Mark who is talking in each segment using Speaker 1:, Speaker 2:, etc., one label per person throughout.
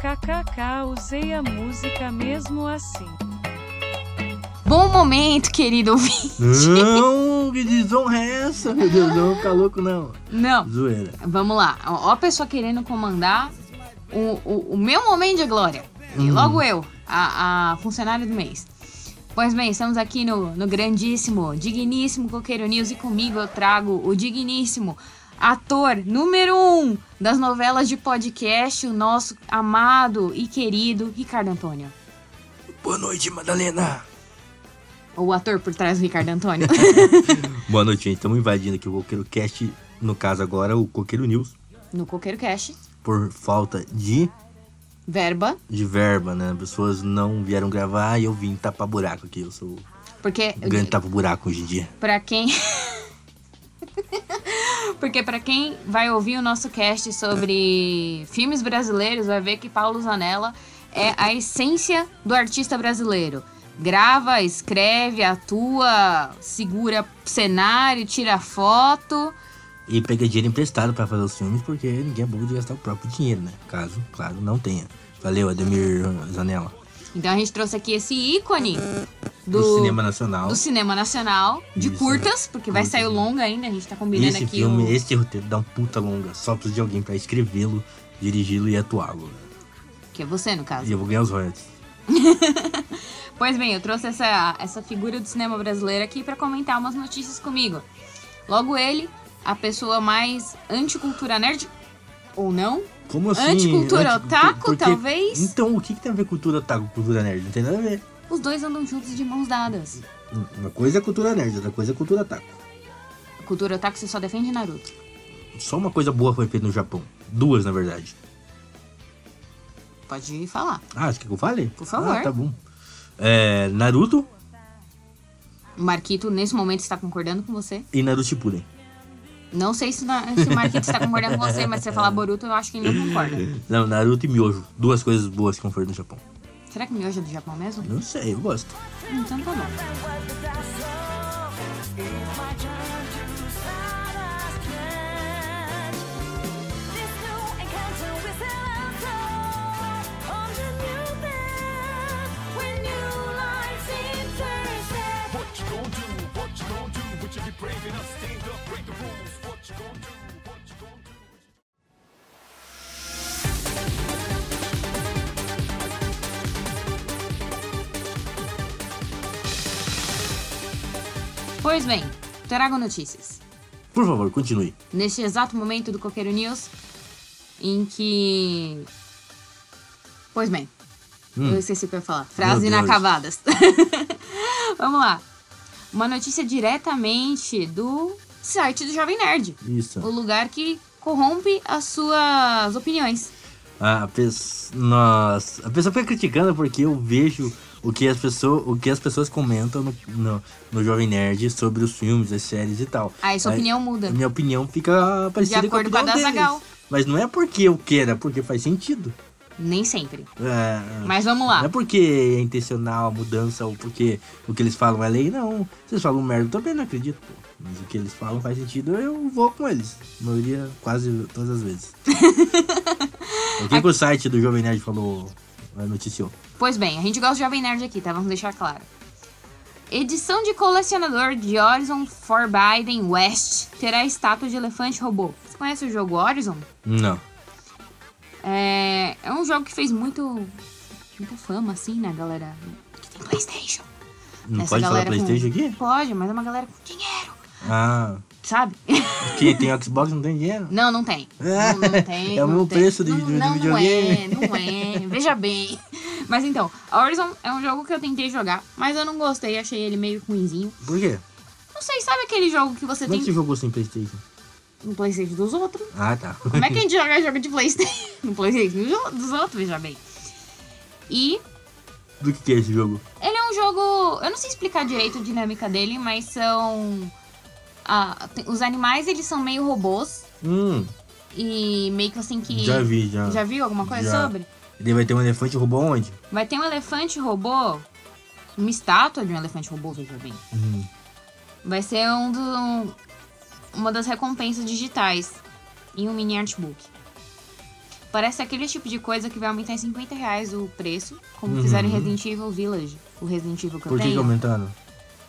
Speaker 1: KKK usei a música mesmo assim.
Speaker 2: Bom momento, querido ouvinte.
Speaker 3: Não, que desonra é essa, meu Deus? Não fica louco, não.
Speaker 2: Não,
Speaker 3: Zoeira.
Speaker 2: vamos lá. Ó, ó a pessoa querendo comandar o, o, o meu momento de glória. E logo eu, a, a funcionária do mês. Pois bem, estamos aqui no, no grandíssimo, digníssimo Coqueiro News e comigo eu trago o digníssimo ator número um das novelas de podcast, o nosso amado e querido Ricardo Antônio.
Speaker 3: Boa noite, Madalena.
Speaker 2: Ou o ator por trás do Ricardo Antônio.
Speaker 3: Boa noite, gente. Estamos invadindo aqui o Coqueiro Cast, no caso agora o Coqueiro News,
Speaker 2: no Coqueiro Cash,
Speaker 3: por falta de,
Speaker 2: verba,
Speaker 3: de verba, né? Pessoas não vieram gravar e eu vim tapar buraco aqui. Eu sou
Speaker 2: porque
Speaker 3: o grande tapa buraco hoje em dia.
Speaker 2: Pra quem. Porque pra quem vai ouvir o nosso cast sobre filmes brasileiros, vai ver que Paulo Zanella é a essência do artista brasileiro. Grava, escreve, atua, segura cenário, tira foto.
Speaker 3: E peguei dinheiro emprestado pra fazer os filmes, porque ninguém é bobo de gastar o próprio dinheiro, né? Caso, claro, não tenha. Valeu, Ademir Zanella.
Speaker 2: Então a gente trouxe aqui esse ícone do,
Speaker 3: Do, Cinema Nacional.
Speaker 2: do cinema nacional, de
Speaker 3: Isso.
Speaker 2: curtas, porque vai
Speaker 3: Curtas.
Speaker 2: sair o longa ainda, a gente tá combinando
Speaker 3: Esse
Speaker 2: aqui
Speaker 3: filme,
Speaker 2: o-
Speaker 3: esse roteiro dá um puta longa. Só preciso de alguém pra escrevê-lo, dirigi-lo e atuá-lo.
Speaker 2: Que é você, no caso.
Speaker 3: E eu vou ganhar os royalties.
Speaker 2: Pois bem, eu trouxe essa, essa figura do cinema brasileiro aqui pra comentar umas notícias comigo. Logo ele, a pessoa mais anticultura nerd, ou não,
Speaker 3: Como assim?
Speaker 2: anticultura
Speaker 3: Anti-
Speaker 2: otaku,
Speaker 3: por- porque-
Speaker 2: talvez,
Speaker 3: Então, o que, que tem a ver cultura otaku com cultura nerd? Não tem nada a ver.
Speaker 2: os dois andam juntos de mãos dadas.
Speaker 3: Uma coisa é cultura nerd, outra coisa é cultura otaku.
Speaker 2: A cultura otaku você só defende Naruto.
Speaker 3: Só uma coisa boa foi feita no Japão. Duas, na verdade.
Speaker 2: Pode falar.
Speaker 3: Ah, acho que eu falei?
Speaker 2: Por favor.
Speaker 3: Ah, tá bom. É, Naruto
Speaker 2: O Marquito, nesse momento, está concordando com você.
Speaker 3: e Naruto Shippuden.
Speaker 2: Não sei se, na- se o Marquito está concordando com você, mas se você falar Boruto, eu acho que ele não concorda.
Speaker 3: Não, Naruto e Miojo. Duas coisas boas que foram no Japão.
Speaker 2: Será que o miojo é do Japão mesmo?
Speaker 3: Não sei, eu gosto.
Speaker 2: Então tá bom. Pois bem, trago notícias.
Speaker 3: Por favor, continue.
Speaker 2: neste exato momento do Coqueiro News, em que. Pois bem, eu esqueci o que eu ia falar. Frases
Speaker 3: Hum. Deus.
Speaker 2: inacabadas. Vamos lá. Uma notícia diretamente do site do Jovem Nerd
Speaker 3: Isso.
Speaker 2: o lugar que corrompe as suas opiniões.
Speaker 3: A pessoa, nossa, a pessoa fica criticando porque eu vejo o que as pessoas, o que as pessoas comentam no, no, no Jovem Nerd sobre os filmes, as séries e tal.
Speaker 2: Aí sua Ah, é opinião
Speaker 3: a
Speaker 2: muda.
Speaker 3: minha opinião fica parecida
Speaker 2: De acordo
Speaker 3: com a
Speaker 2: com a da
Speaker 3: opinião
Speaker 2: Zagal.
Speaker 3: deles. Mas não é porque eu queira, é porque faz sentido.
Speaker 2: Nem sempre.
Speaker 3: É,
Speaker 2: Mas vamos
Speaker 3: Não é
Speaker 2: lá.
Speaker 3: porque é intencional a mudança ou porque o que eles falam é lei, não. Se eles falam merda, eu também não acredito, pô. Mas o que eles falam faz sentido, eu vou com eles. A maioria, quase todas as vezes. o que, que o site do Jovem Nerd falou, eh, noticiou?
Speaker 2: Pois bem, a gente gosta de Jovem Nerd aqui, tá? Vamos deixar claro. Edição de colecionador de Horizon Forbidden West terá estátua de elefante robô. Você conhece o jogo Horizon?
Speaker 3: Não.
Speaker 2: É, é um jogo que fez muito muita fama, assim, na galera que tem Playstation.
Speaker 3: Não
Speaker 2: Essa
Speaker 3: pode falar
Speaker 2: galera é com-
Speaker 3: Playstation aqui?
Speaker 2: Pode, mas é uma galera com dinheiro,
Speaker 3: Ah,
Speaker 2: sabe?
Speaker 3: quem tem Xbox não tem dinheiro?
Speaker 2: Não, não tem. Não, não tem.
Speaker 3: É o
Speaker 2: não
Speaker 3: meu
Speaker 2: tem.
Speaker 3: preço de-
Speaker 2: não,
Speaker 3: de- de
Speaker 2: não, não é,
Speaker 3: videogame.
Speaker 2: não é. Veja bem. Mas então, Horizon é um jogo que eu tentei jogar, mas eu não gostei, achei ele meio ruinzinho.
Speaker 3: Por quê?
Speaker 2: Não sei, sabe aquele jogo que você
Speaker 3: Como é que você
Speaker 2: tem
Speaker 3: jogou sem Playstation?
Speaker 2: no Playstation dos outros?
Speaker 3: Ah, tá.
Speaker 2: Como é que a gente joga jogo de Playstation no Playstation dos- dos outros, veja bem. E
Speaker 3: Do que que é esse jogo?
Speaker 2: ele é um jogo... Eu não sei explicar direito a dinâmica dele, mas são... ah, tem- os animais, eles são meio robôs.
Speaker 3: Hum,
Speaker 2: E meio que assim que...
Speaker 3: já vi, já.
Speaker 2: Já viu alguma coisa
Speaker 3: Já.
Speaker 2: sobre?
Speaker 3: Ele vai ter um elefante roubou onde?
Speaker 2: Vai ter um elefante robô, uma estátua de um elefante robô, veja bem.
Speaker 3: Hum.
Speaker 2: Vai ser um do, um- uma das recompensas digitais em um mini artbook. Parece aquele tipo de coisa que vai aumentar em 50 reais o preço, como
Speaker 3: Uhum.
Speaker 2: fizeram em Resident Evil Village, o Resident Evil que eu
Speaker 3: Por que, que
Speaker 2: tenho.
Speaker 3: aumentaram?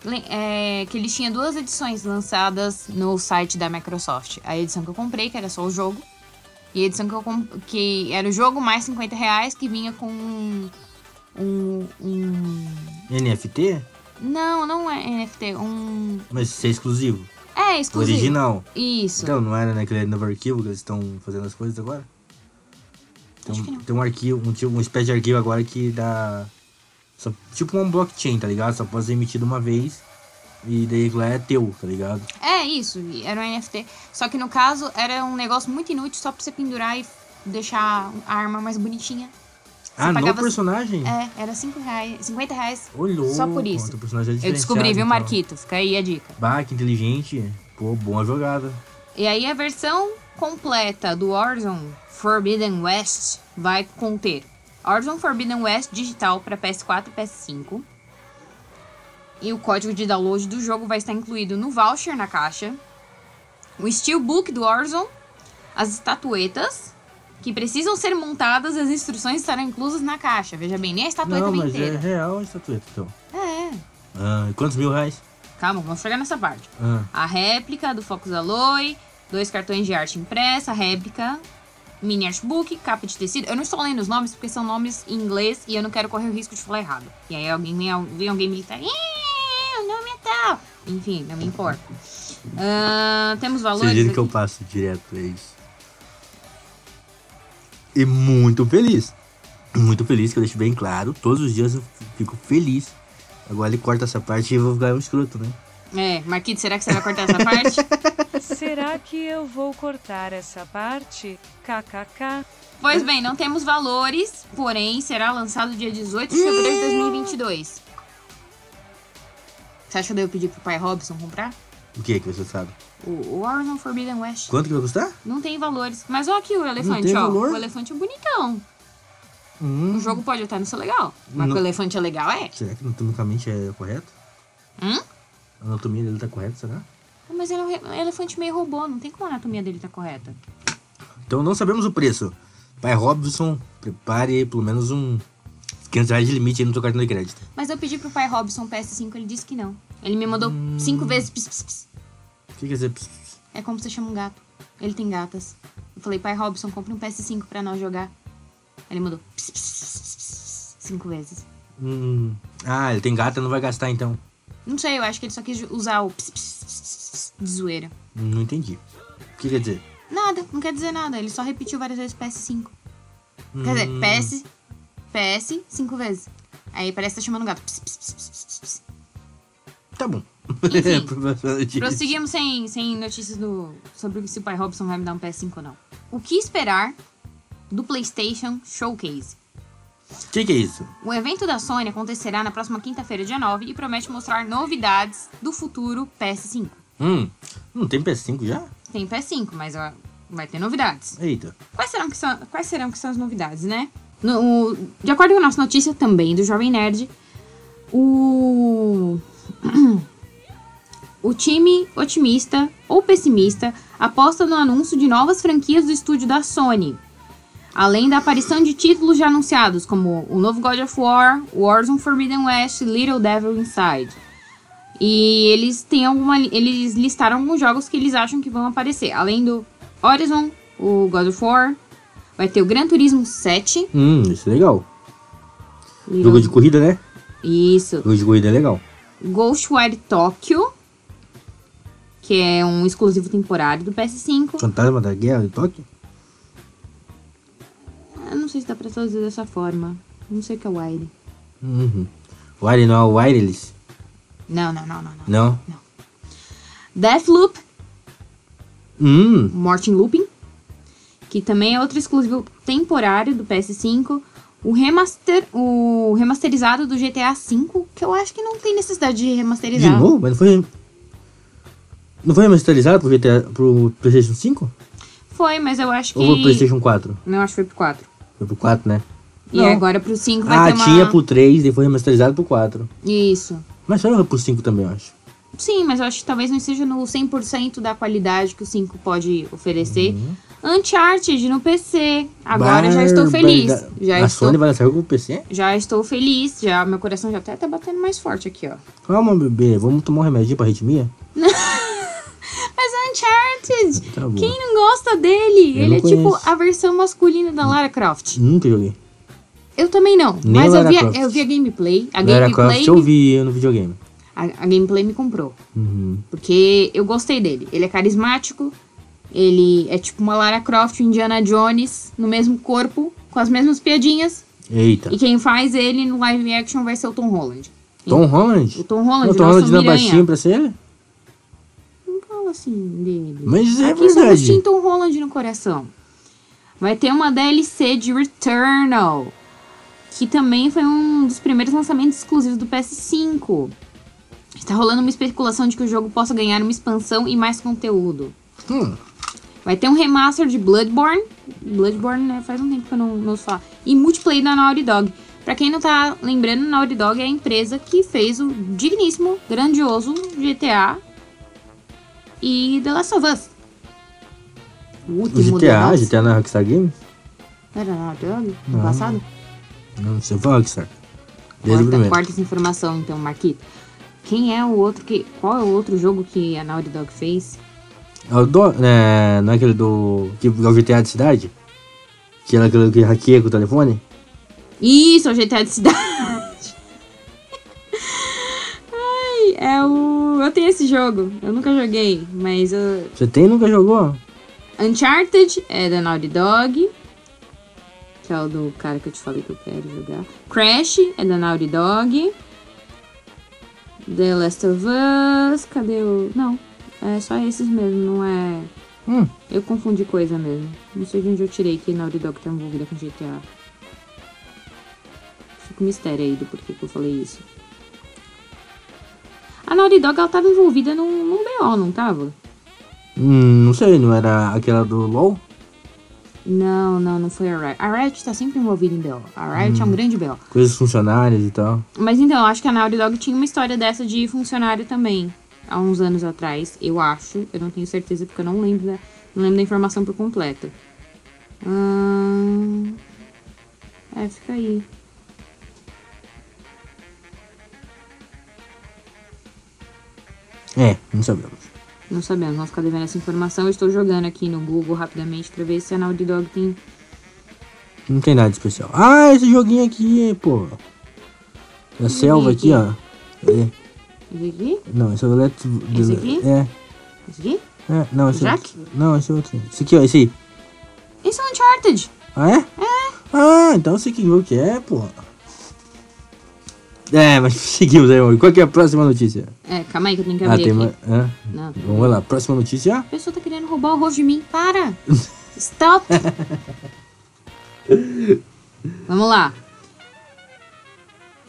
Speaker 2: Le- é, que eles tinham duas edições lançadas no site da Microsoft. A edição que eu comprei, que era só o jogo, e a edição que eu com- que era o jogo mais 50 reais, que vinha com um- um- um...
Speaker 3: NFT?
Speaker 2: Não, não é NFT, um...
Speaker 3: Mas isso é exclusivo.
Speaker 2: É, exclusivo.
Speaker 3: Original.
Speaker 2: Isso.
Speaker 3: Então, não era naquele novo arquivo que eles estão fazendo as coisas agora? Tem,
Speaker 2: Acho
Speaker 3: um-
Speaker 2: que não.
Speaker 3: tem um arquivo, um, tipo, uma espécie de arquivo agora que dá. só- tipo um blockchain, tá ligado? Só pode ser emitido uma vez e daí lá é teu, tá ligado?
Speaker 2: É, isso. e Era um NFT. Só que no caso, era um negócio muito inútil só pra você pendurar e deixar a arma mais bonitinha.
Speaker 3: ah, no
Speaker 2: pagava-
Speaker 3: personagem?
Speaker 2: É, era 5 reais, 50 reais.
Speaker 3: Olhou.
Speaker 2: Só por isso.
Speaker 3: teu personagem é
Speaker 2: Eu
Speaker 3: diferenciado,
Speaker 2: descobri, viu,
Speaker 3: então.
Speaker 2: Marquito? Fica aí a dica.
Speaker 3: Bah, que inteligente. Pô, boa jogada.
Speaker 2: E aí a versão completa do Horizon Forbidden West vai conter Horizon Forbidden West digital para PS4 e PS5. E o código de download do jogo vai estar incluído no voucher na caixa. O steelbook do Horizon, as estatuetas que precisam ser montadas, as instruções estarão inclusas na caixa. Veja bem, nem a estatueta
Speaker 3: não,
Speaker 2: vem
Speaker 3: mas é
Speaker 2: inteira.
Speaker 3: real a estatueta, então.
Speaker 2: É,
Speaker 3: Ah, e quantos mil reais?
Speaker 2: calma, vamos chegar nessa parte.
Speaker 3: Ah,
Speaker 2: A réplica do Focus Alloy, dois cartões de arte impressa, réplica, mini artbook, capa de tecido. Eu não estou lendo os nomes porque são nomes em inglês e eu não quero correr o risco de falar errado. E aí alguém me, vem alguém me gritar, "Ih, o nome é tal. Enfim, não me importa. Ahn, temos valores.
Speaker 3: vocês viram que eu
Speaker 2: aqui?
Speaker 3: passo direto, é isso. E muito feliz. Muito feliz, que eu deixo bem claro. Todos os dias eu fico feliz. Agora ele corta essa parte e eu vou ficar um escroto, né?
Speaker 2: É, Marquito, será que você vai cortar essa parte?
Speaker 1: Será que eu vou cortar essa parte? KKK.
Speaker 2: Pois bem, não temos valores, porém será lançado dia 18 de fevereiro de 2022. Você acha que eu devo pedir pro pai Robson comprar?
Speaker 3: O que que você sabe?
Speaker 2: O o Horizon Forbidden West.
Speaker 3: Quanto que vai custar?
Speaker 2: Não tem valores. Mas olha aqui o elefante,
Speaker 3: tem
Speaker 2: ó.
Speaker 3: valor?
Speaker 2: O elefante é bonitão.
Speaker 3: Hum,
Speaker 2: O jogo pode até não ser legal. Mas
Speaker 3: Não.
Speaker 2: que o elefante é legal, é.
Speaker 3: Será que anatomicamente é correto?
Speaker 2: Hum?
Speaker 3: A anatomia dele tá correta, será?
Speaker 2: Mas ele é um re- um elefante meio robô, não tem como a anatomia dele tá correta.
Speaker 3: Então não sabemos o preço. Pai Robson, prepare pelo menos um 500 reais de limite aí no seu cartão de crédito.
Speaker 2: Mas eu pedi pro pai Robson PS5, ele disse que não. Ele me mandou cinco vezes. Pss, pss, pss.
Speaker 3: O que quer dizer? Pss, pss.
Speaker 2: É como você chama um gato. Ele tem gatas. Eu falei, pai Robson, compre um PS5 pra nós jogar. Ele mandou. Pss, pss, pss, pss, pss, cinco vezes.
Speaker 3: Hum. Ah, ele tem gata, não vai gastar então.
Speaker 2: Não sei, eu acho que ele só quis usar o pss, pss, pss, pss, pss, de zoeira.
Speaker 3: Hum, Não entendi. O que quer dizer?
Speaker 2: Nada, não quer dizer nada. Ele só repetiu várias vezes PS5.
Speaker 3: Hum,
Speaker 2: Quer dizer, PS, PS cinco vezes. Aí parece que tá chamando o gato. Ps, ps, ps, ps, ps, ps.
Speaker 3: Tá bom.
Speaker 2: Enfim.
Speaker 3: Provavelmente.
Speaker 2: Prosseguimos sem, sem notícias do, sobre se o pai Robson vai me dar um PS5 ou não. O que esperar do PlayStation Showcase?
Speaker 3: O que, que é isso?
Speaker 2: O evento da Sony acontecerá na próxima quinta-feira, dia 9, e promete mostrar novidades do futuro PS5.
Speaker 3: Hum, não tem PS5 já?
Speaker 2: Tem PS5, mas ó, vai ter novidades.
Speaker 3: Eita.
Speaker 2: Quais serão que são, quais serão que são as novidades, né? No- o- de acordo com a nossa notícia também do Jovem Nerd, o. o time otimista ou pessimista aposta no anúncio de novas franquias do estúdio da Sony. Além da aparição de títulos já anunciados, como o novo God of War, Warzone Forbidden West e Little Devil Inside. E eles têm alguma. li- Eles listaram alguns jogos que eles acham que vão aparecer. Além do Horizon, o God of War, vai ter o Gran Turismo 7.
Speaker 3: Hum, isso é legal. Jogo
Speaker 2: Little-
Speaker 3: de corrida, né?
Speaker 2: Isso.
Speaker 3: Jogo de corrida é legal.
Speaker 2: Ghostwire Tokyo, que é um exclusivo temporário do PS5.
Speaker 3: Fantasma da Guerra de Tóquio?
Speaker 2: Eu não sei se dá pra traduzir dessa forma. Não sei o que é Wire.
Speaker 3: Uhum. Wire não, wireless.
Speaker 2: Não, não, não, não. não.
Speaker 3: Não.
Speaker 2: Deathloop,
Speaker 3: Hum,
Speaker 2: Morte em Looping, que também é outro exclusivo temporário do PS5. O, remaster, o remasterizado do GTA V, que eu acho que não tem necessidade de
Speaker 3: de
Speaker 2: remasterizar.
Speaker 3: novo? Mas não foi. Não foi remasterizado pro, GTA, pro PlayStation 5?
Speaker 2: Foi, mas eu acho que.
Speaker 3: Ou pro PlayStation 4?
Speaker 2: Não, acho que foi pro 4.
Speaker 3: Foi pro 4, né?
Speaker 2: E
Speaker 3: Não.
Speaker 2: agora pro 5 vai
Speaker 3: Ah,
Speaker 2: ter uma...
Speaker 3: tinha pro 3 e foi remasterizado pro 4.
Speaker 2: Isso.
Speaker 3: Mas foi pro 5 também, eu acho.
Speaker 2: Sim, mas eu acho que talvez não esteja no 100% da qualidade que o 5 pode oferecer.
Speaker 3: Uhum.
Speaker 2: Uncharted no PC. Agora já estou feliz.
Speaker 3: Barbaridade.
Speaker 2: Já
Speaker 3: a
Speaker 2: estou,
Speaker 3: Sony vai lançar com o PC?
Speaker 2: já estou feliz. Já meu coração já até tá batendo mais forte aqui, ó.
Speaker 3: Calma, bebê. Vamos tomar um remedinho pra arritmia?
Speaker 2: Mas é Uncharted,
Speaker 3: Tá bom.
Speaker 2: quem não gosta dele?
Speaker 3: Eu
Speaker 2: Ele
Speaker 3: não
Speaker 2: é tipo
Speaker 3: conheço.
Speaker 2: a versão masculina da Lara Croft.
Speaker 3: Nunca joguei.
Speaker 2: Eu também não,
Speaker 3: Nem
Speaker 2: mas eu
Speaker 3: Lara
Speaker 2: vi,
Speaker 3: Croft.
Speaker 2: a, eu vi a gameplay. A
Speaker 3: Lara
Speaker 2: gameplay,
Speaker 3: Croft eu vi no videogame.
Speaker 2: a, a gameplay me comprou.
Speaker 3: Uhum.
Speaker 2: Porque eu gostei dele. Ele é carismático, ele é tipo uma Lara Croft, um Indiana Jones, no mesmo corpo, com as mesmas piadinhas.
Speaker 3: Eita.
Speaker 2: E quem faz ele no live action vai ser o Tom Holland.
Speaker 3: Tom Holland?
Speaker 2: O Tom Holland,
Speaker 3: o Tom
Speaker 2: nosso
Speaker 3: Holland dá
Speaker 2: Miranha.
Speaker 3: baixinho pra ser ele?
Speaker 2: Não fala assim dele.
Speaker 3: Mas é
Speaker 2: Aqui somos Tim
Speaker 3: verdade.
Speaker 2: Tom Holland um no coração. Vai ter uma DLC de Returnal, que também foi um dos primeiros lançamentos exclusivos do PS5. Está Tá rolando uma especulação de que o jogo possa ganhar uma expansão e mais conteúdo.
Speaker 3: Hum,
Speaker 2: Vai ter um remaster de Bloodborne. Bloodborne, né? Faz um tempo que eu não, não falo. E multiplayer da Naughty Dog. Pra quem não tá lembrando, Naughty Dog é a empresa que fez o digníssimo, grandioso GTA e The Last of Us. O
Speaker 3: o
Speaker 2: último The
Speaker 3: GTA,
Speaker 2: Last-
Speaker 3: GTA na é Rockstar Games?
Speaker 2: Não Era Naughty Dog? No
Speaker 3: Não.
Speaker 2: passado?
Speaker 3: Não, você foi Rockstar. Ah, Desde o
Speaker 2: Corta,
Speaker 3: primeiro.
Speaker 2: corta essa informação então, Marquito. Quem é o outro que... Qual é o outro jogo que a Naughty Dog fez?
Speaker 3: É o do, né, não é aquele do. Que é o GTA de cidade? Que era aquele que hackeia com o telefone?
Speaker 2: Isso, é o GTA de cidade. Ai, é o. Eu tenho esse jogo. Eu nunca joguei, mas. eu-
Speaker 3: Você tem e nunca jogou?
Speaker 2: Uncharted é da Naughty Dog. Que é o do cara que eu te falei que eu quero jogar. Crash é da Naughty Dog. The Last of Us. Cadê o. Não. É só esses mesmo, não é.
Speaker 3: Hum.
Speaker 2: Eu confundi coisa mesmo. Não sei de onde eu tirei que Naughty Dog tá envolvida com GTA. Fica um mistério aí do porquê que eu falei isso. A Naughty Dog, ela tava envolvida num, num BO, não tava?
Speaker 3: Hum, não sei, não era aquela do LOL?
Speaker 2: Não, não, não foi a Riot. A Riot tá sempre envolvida em BO. A Riot
Speaker 3: Hum.
Speaker 2: é um grande BO.
Speaker 3: Coisas funcionárias e tal.
Speaker 2: Mas então, eu acho que a Naughty Dog tinha uma história dessa de funcionário também. Há uns anos atrás, eu acho. Eu não tenho certeza porque eu não lembro da, não lembro da informação por completo. Hum... É, fica aí.
Speaker 3: É, não sabemos.
Speaker 2: Não sabemos, vamos ficar devendo essa informação. Eu estou jogando aqui no Google rapidamente pra ver se a Naughty Dog tem.
Speaker 3: Não tem nada de especial. Ah, esse joguinho aqui, pô. A selva aqui, ó. É,
Speaker 2: Esse aqui?
Speaker 3: não, esse é o Let's...
Speaker 2: Esse aqui?
Speaker 3: É,
Speaker 2: Esse aqui?
Speaker 3: é, não, esse
Speaker 2: Jack?
Speaker 3: é Não, esse é outro. Esse aqui, ó, esse aí.
Speaker 2: Esse é o Uncharted!
Speaker 3: Ah, é? Ah, então eu sei que jogo que é, pô. É, mas seguimos aí, amor. Qual que é a próxima notícia?
Speaker 2: É, calma aí que eu tenho que
Speaker 3: Ah,
Speaker 2: abrir
Speaker 3: tem
Speaker 2: aqui.
Speaker 3: mais... hã?
Speaker 2: Não.
Speaker 3: Vamos lá, próxima notícia.
Speaker 2: A pessoa tá querendo roubar o rosto de mim. Para! Stop! Vamos lá.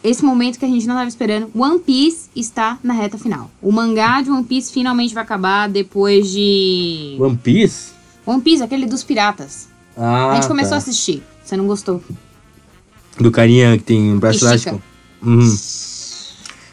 Speaker 2: Esse momento que a gente não estava esperando, One Piece está na reta final. O mangá de One Piece finalmente vai acabar depois de.
Speaker 3: One Piece?
Speaker 2: One Piece, aquele dos piratas.
Speaker 3: Ah,
Speaker 2: a gente começou assim.
Speaker 3: tá.
Speaker 2: a assistir. Você não gostou?
Speaker 3: Do carinha que tem braço
Speaker 2: Que estica.
Speaker 3: elástico. Uhum.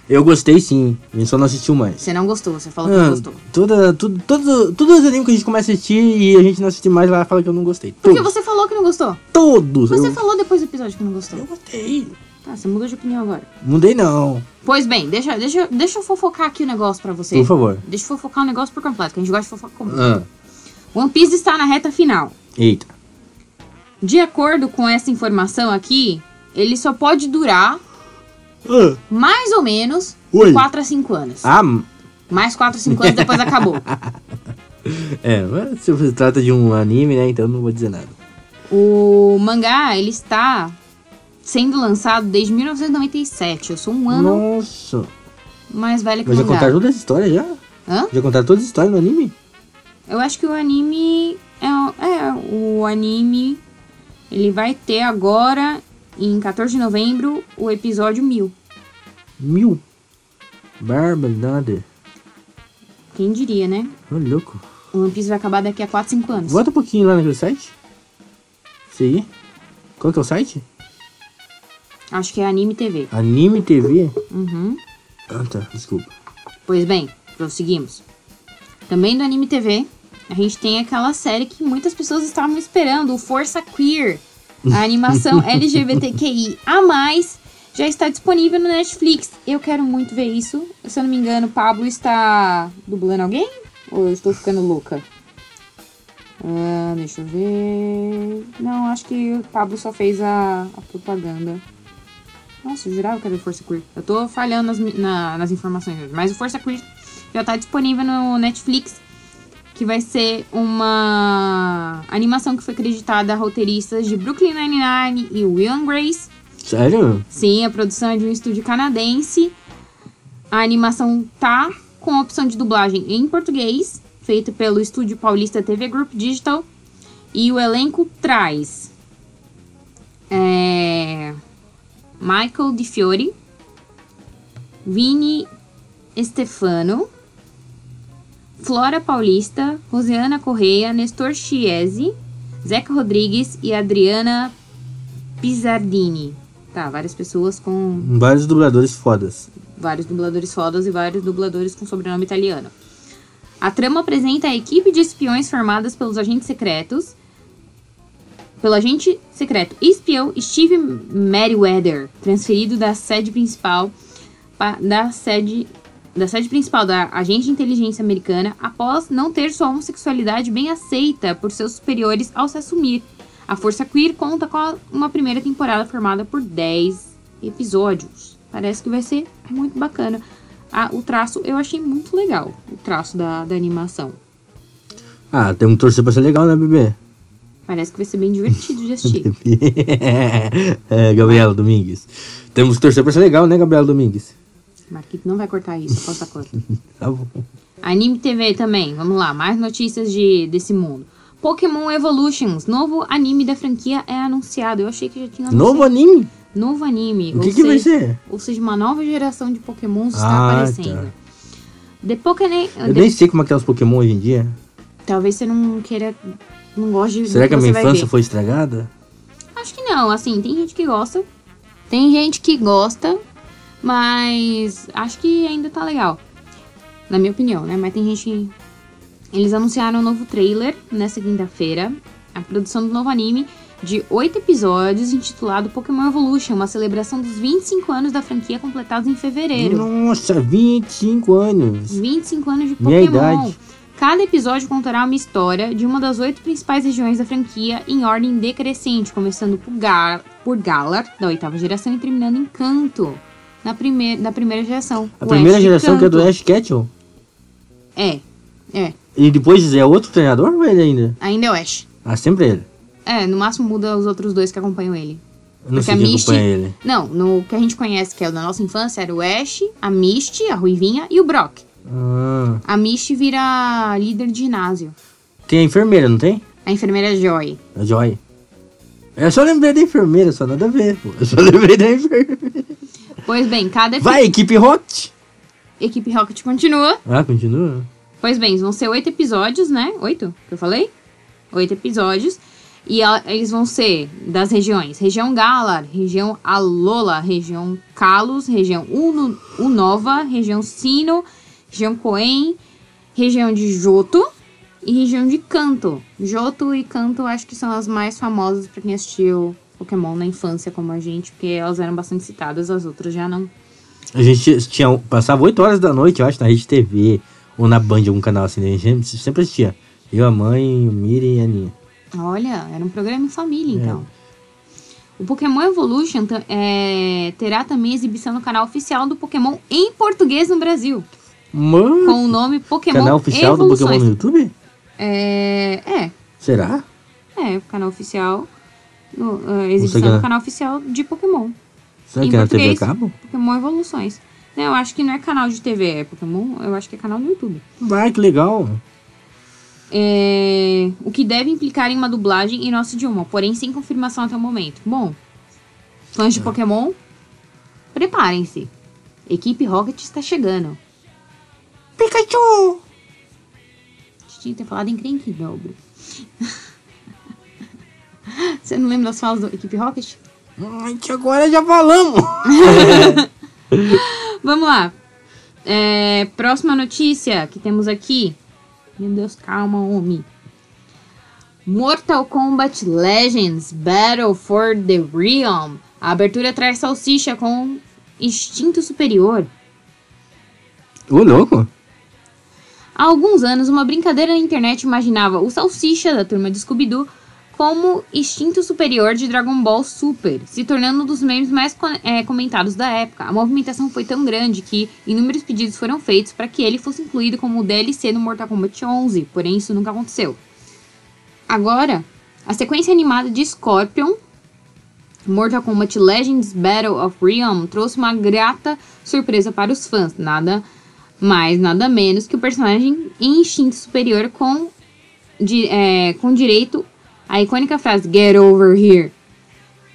Speaker 3: Eu gostei sim, a gente só não assistiu mais.
Speaker 2: Você não gostou, você falou que
Speaker 3: Ah,
Speaker 2: não gostou.
Speaker 3: toda, tudo, todo, todos os animes que a gente começa a assistir e a gente não assiste mais, ela fala que eu não gostei.
Speaker 2: Porque
Speaker 3: todos,
Speaker 2: você falou que não gostou.
Speaker 3: todos.
Speaker 2: Você
Speaker 3: eu,
Speaker 2: falou depois do episódio que não
Speaker 3: eu
Speaker 2: gostou.
Speaker 3: gostei.
Speaker 2: Tá, você mudou de opinião agora.
Speaker 3: Mudei não,
Speaker 2: Pois bem, deixa, deixa, deixa eu fofocar aqui o negócio pra você.
Speaker 3: por favor.
Speaker 2: Deixa eu fofocar o negócio por completo, que a gente gosta de fofocar completo.
Speaker 3: Ah,
Speaker 2: One Piece está na reta final.
Speaker 3: eita.
Speaker 2: De acordo com essa informação aqui, ele só pode durar
Speaker 3: Ah,
Speaker 2: mais ou menos
Speaker 3: Oi.
Speaker 2: 4 a 5 anos.
Speaker 3: ah, m-
Speaker 2: Mais 4 a 5 anos depois acabou.
Speaker 3: é, mas se você trata de um anime, né, então eu não vou dizer nada.
Speaker 2: O mangá, ele está sendo lançado desde 1997. Eu sou um ano
Speaker 3: Nossa,
Speaker 2: mais velha que o
Speaker 3: mas é já
Speaker 2: mangá.
Speaker 3: contaram toda essa história já?
Speaker 2: Hã?
Speaker 3: Já contaram todas as histórias no anime?
Speaker 2: Eu acho que o anime é, é, o anime ele vai ter agora em 14 de novembro o episódio 1000.
Speaker 3: Mil. Barbaridade.
Speaker 2: Quem diria, né?
Speaker 3: Ô, louco.
Speaker 2: O One Piece vai acabar daqui a 4, 5 anos.
Speaker 3: Volta um pouquinho lá naquele site. Isso aí. Qual que é o site?
Speaker 2: Acho que é anime TV.
Speaker 3: Anime TV?
Speaker 2: Uhum.
Speaker 3: Ah, tá. Desculpa.
Speaker 2: Pois bem, prosseguimos. Também do anime TV, A gente tem aquela série que muitas pessoas estavam esperando, o Força Queer. A animação LGBTQI a mais já está disponível no Netflix. Eu quero muito ver isso. Se eu não me engano, o Pablo está dublando alguém? Ou eu estou ficando louca? Ah, deixa eu ver. Não, acho que o Pablo só fez a, a propaganda. Nossa, eu jurava que era o Força Queer. Eu tô falhando nas, mi- na- nas informações hoje. Mas o Força Queer já tá disponível no Netflix. Que vai ser uma animação que foi acreditada a roteiristas de Brooklyn Nine-Nine e Will Grace.
Speaker 3: Sério?
Speaker 2: Sim, a produção é de um estúdio canadense. A animação tá com a opção de dublagem em português, feito pelo estúdio paulista TV Group Digital. E o elenco traz é, Michael Di Fiore, Vini Stefano, Flora Paulista, Rosiana Correia, Nestor Chiesi, Zeca Rodrigues e Adriana Pizzardini. Tá, várias pessoas com
Speaker 3: Vários dubladores fodas.
Speaker 2: vários dubladores fodas e vários dubladores com sobrenome italiano. A trama apresenta a equipe de espiões formadas pelos agentes secretos. Pelo agente secreto e espião Steve Merriweather, transferido da sede principal pa- da sede da sede principal da agente de inteligência americana após não ter sua homossexualidade bem aceita por seus superiores ao se assumir. A Força Queer conta com a- uma primeira temporada formada por 10 episódios. Parece que vai ser muito bacana. Ah, o traço eu achei muito legal, o traço da, da animação.
Speaker 3: Ah, tem um torcer pra ser legal, né, bebê?
Speaker 2: Parece que vai ser bem divertido de assistir.
Speaker 3: é, Gabriela Domingues. Temos que torcer pra ser legal, né, Gabriela Domingues?
Speaker 2: Marquito não vai cortar isso, posta conta.
Speaker 3: Tá bom.
Speaker 2: Anime TV também, vamos lá, mais notícias de, desse mundo. Pokémon Evolutions, novo anime da franquia é anunciado. Eu achei que já tinha anunciado.
Speaker 3: Novo anime?
Speaker 2: Novo anime.
Speaker 3: O
Speaker 2: ou
Speaker 3: que, que vai
Speaker 2: seja-
Speaker 3: ser?
Speaker 2: Ou seja, uma nova geração de Pokémons está
Speaker 3: Ah,
Speaker 2: aparecendo. The Pokémon.
Speaker 3: Eu nem sei como é que é os Pokémon hoje em dia.
Speaker 2: Talvez você não queira. Não goste do
Speaker 3: Será que a
Speaker 2: você
Speaker 3: minha
Speaker 2: vai
Speaker 3: infância
Speaker 2: ver.
Speaker 3: foi estragada?
Speaker 2: Acho que não, assim, tem gente que gosta. Tem gente que gosta, mas acho que ainda tá legal. Na minha opinião, né? Mas tem gente. Eles anunciaram um novo trailer nessa quinta-feira. A produção do novo anime de oito episódios intitulado Pokémon Evolution, uma celebração dos 25 anos da franquia completados em fevereiro.
Speaker 3: Nossa, 25 anos.
Speaker 2: 25 anos de
Speaker 3: Minha
Speaker 2: Pokémon.
Speaker 3: idade.
Speaker 2: Cada episódio contará uma história de uma das oito principais regiões da franquia em ordem decrescente, começando por, Ga- por Galar, da oitava geração, e terminando em Canto, na primeira, da primeira geração.
Speaker 3: A
Speaker 2: O
Speaker 3: primeira
Speaker 2: Ash de
Speaker 3: geração que é do
Speaker 2: Kanto.
Speaker 3: Ash Ketchum.
Speaker 2: É,
Speaker 3: E depois é outro treinador ou ele ainda?
Speaker 2: ainda é o Ash.
Speaker 3: Ah, sempre ele.
Speaker 2: É, no máximo muda os outros dois que acompanham ele.
Speaker 3: Eu não
Speaker 2: Porque
Speaker 3: sei
Speaker 2: a
Speaker 3: quem
Speaker 2: Misty-
Speaker 3: acompanha ele.
Speaker 2: Não, no que a gente conhece, que é o da nossa infância, era o Ash, a Misty, a Ruivinha e o Brock.
Speaker 3: Ah,
Speaker 2: A Misty vira líder de ginásio.
Speaker 3: tem a enfermeira, não tem?
Speaker 2: A enfermeira Joy.
Speaker 3: A Joy. Eu só lembrei da enfermeira, só nada a ver, pô. Eu só lembrei da enfermeira.
Speaker 2: Pois bem, cada epi-
Speaker 3: Vai, equipe Rocket!
Speaker 2: equipe Rocket continua.
Speaker 3: Ah, continua.
Speaker 2: Pois bem, vão ser oito episódios, né? Oito que eu falei? Oito episódios. E ela- eles vão ser das regiões: região Galar, região Alola, região Kalos, região Uno, Unova, região Sino, região Coen, região de Joto e região de Canto. Joto e Canto acho que são as mais famosas pra quem assistiu Pokémon na infância, como a gente, porque elas eram bastante citadas, as outras já não.
Speaker 3: A gente tinha, passava 8 horas da noite, eu acho, na Rede TV ou na Band, algum canal assim, né? a gente sempre assistia. Eu, a mãe, o Miriam e a Aninha.
Speaker 2: Olha, era um programa em família,
Speaker 3: É.
Speaker 2: então. O Pokémon Evolution ta- é, terá também exibição no canal oficial do Pokémon em português no Brasil,
Speaker 3: Mano,
Speaker 2: com o nome Pokémon
Speaker 3: canal oficial do Pokémon no
Speaker 2: Evoluções.
Speaker 3: YouTube?
Speaker 2: É, é,
Speaker 3: Será?
Speaker 2: é, canal oficial, no, é, exibição
Speaker 3: Instagram.
Speaker 2: no canal oficial de Pokémon,
Speaker 3: Será
Speaker 2: Em
Speaker 3: que é na TV
Speaker 2: português.
Speaker 3: Cabo?
Speaker 2: Pokémon Evoluções. Não, eu acho que não é canal de TV, é Pokémon, eu acho que é canal no YouTube.
Speaker 3: Vai, que legal.
Speaker 2: É, o que deve implicar em uma dublagem em nosso idioma, porém sem confirmação até o momento. Bom, fãs de Pokémon, preparem-se. Equipe Rocket está chegando.
Speaker 3: Pikachu!
Speaker 2: A gente tinha que ter falado em crente em dobro. Você não lembra das falas da Equipe Rocket?
Speaker 3: Ai, que agora já falamos.
Speaker 2: Vamos lá. É, próxima notícia que temos aqui. Meu Deus, calma, homem. Mortal Kombat Legends Battle for the Realm. A abertura traz salsicha com instinto superior.
Speaker 3: Ô, louco.
Speaker 2: Há alguns anos, uma brincadeira na internet imaginava o Salsicha da turma de Scooby-Doo como instinto superior de Dragon Ball Super, se tornando um dos memes mais co- eh, comentados da época. A movimentação foi tão grande que inúmeros pedidos foram feitos para que ele fosse incluído como DLC no Mortal Kombat 11, porém isso nunca aconteceu. Agora, a sequência animada de Scorpion, Mortal Kombat Legends Battle of Realm, trouxe uma grata surpresa para os fãs. Nada mais, nada menos que o personagem em instinto superior com, di- é, com direito à icônica frase Get over here.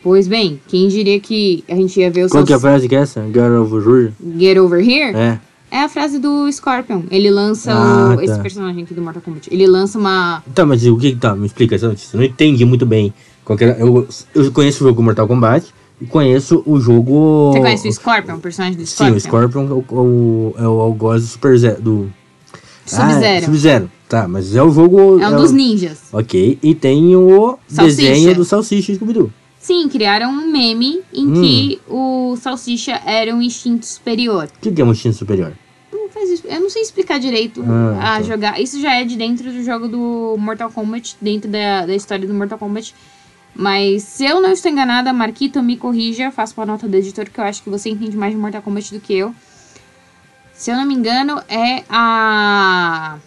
Speaker 2: Pois bem, quem diria que a gente ia ver o
Speaker 3: Qual que é a
Speaker 2: Salsi-
Speaker 3: frase que é essa? Girl of Rure.
Speaker 2: Get over here?
Speaker 3: É.
Speaker 2: É a frase do Scorpion. Ele lança
Speaker 3: Ah,
Speaker 2: o-
Speaker 3: tá.
Speaker 2: esse personagem aqui do Mortal Kombat. Ele lança uma.
Speaker 3: Tá, mas o que que tá? Me explica essa notícia. Eu Não entendi muito bem. Qual que era- Eu, eu conheço o jogo Mortal Kombat e conheço o jogo...
Speaker 2: Você conhece o Scorpion, o personagem do
Speaker 3: Oh. Sim,
Speaker 2: Scorpion?
Speaker 3: o Scorpion é o, o- é o algoz do Super Zero. Do... Ah, é
Speaker 2: Sub-Zero.
Speaker 3: Sub-Zero. Tá, mas é o jogo...
Speaker 2: é um
Speaker 3: o-
Speaker 2: dos ninjas.
Speaker 3: Ok, e tem o
Speaker 2: Salsicha.
Speaker 3: desenho do Salsicha e Scooby-Doo.
Speaker 2: Sim, criaram um meme em
Speaker 3: Hum.
Speaker 2: que o Salsicha era um instinto superior.
Speaker 3: O que que é um instinto superior?
Speaker 2: Não faz isso. Eu não sei explicar direito
Speaker 3: Ah,
Speaker 2: a
Speaker 3: tá.
Speaker 2: jogar. Isso já é de dentro do jogo do Mortal Kombat, dentro da, da história do Mortal Kombat. Mas se eu não estou enganada, Marquito, me corrija, faço uma nota do editor que eu acho que você entende mais de Mortal Kombat do que eu. Se eu não me engano, é a.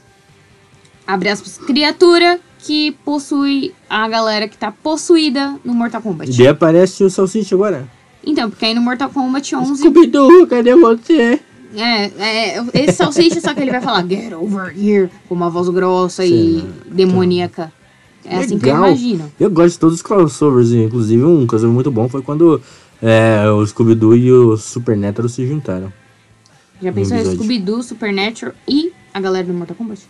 Speaker 2: Abre aspas, criatura que possui a galera que tá possuída no Mortal
Speaker 3: E
Speaker 2: Kombat.
Speaker 3: daí aparece o Salsicha agora.
Speaker 2: Então, porque aí no Mortal Kombat 11
Speaker 3: Scooby-Doo, cadê você?
Speaker 2: É, é, esse salsicha, só que ele vai falar get over here, com uma voz grossa e demoníaca. É assim que eu
Speaker 3: né? Então, Legal.
Speaker 2: imagino.
Speaker 3: Eu gosto de todos os crossovers, inclusive um crossover muito bom foi quando é, o Scooby-Doo e o Super Netero se juntaram.
Speaker 2: Já
Speaker 3: Um
Speaker 2: pensou em
Speaker 3: episódio.
Speaker 2: Scooby-Doo, Supernatural e a galera do Mortal Kombat?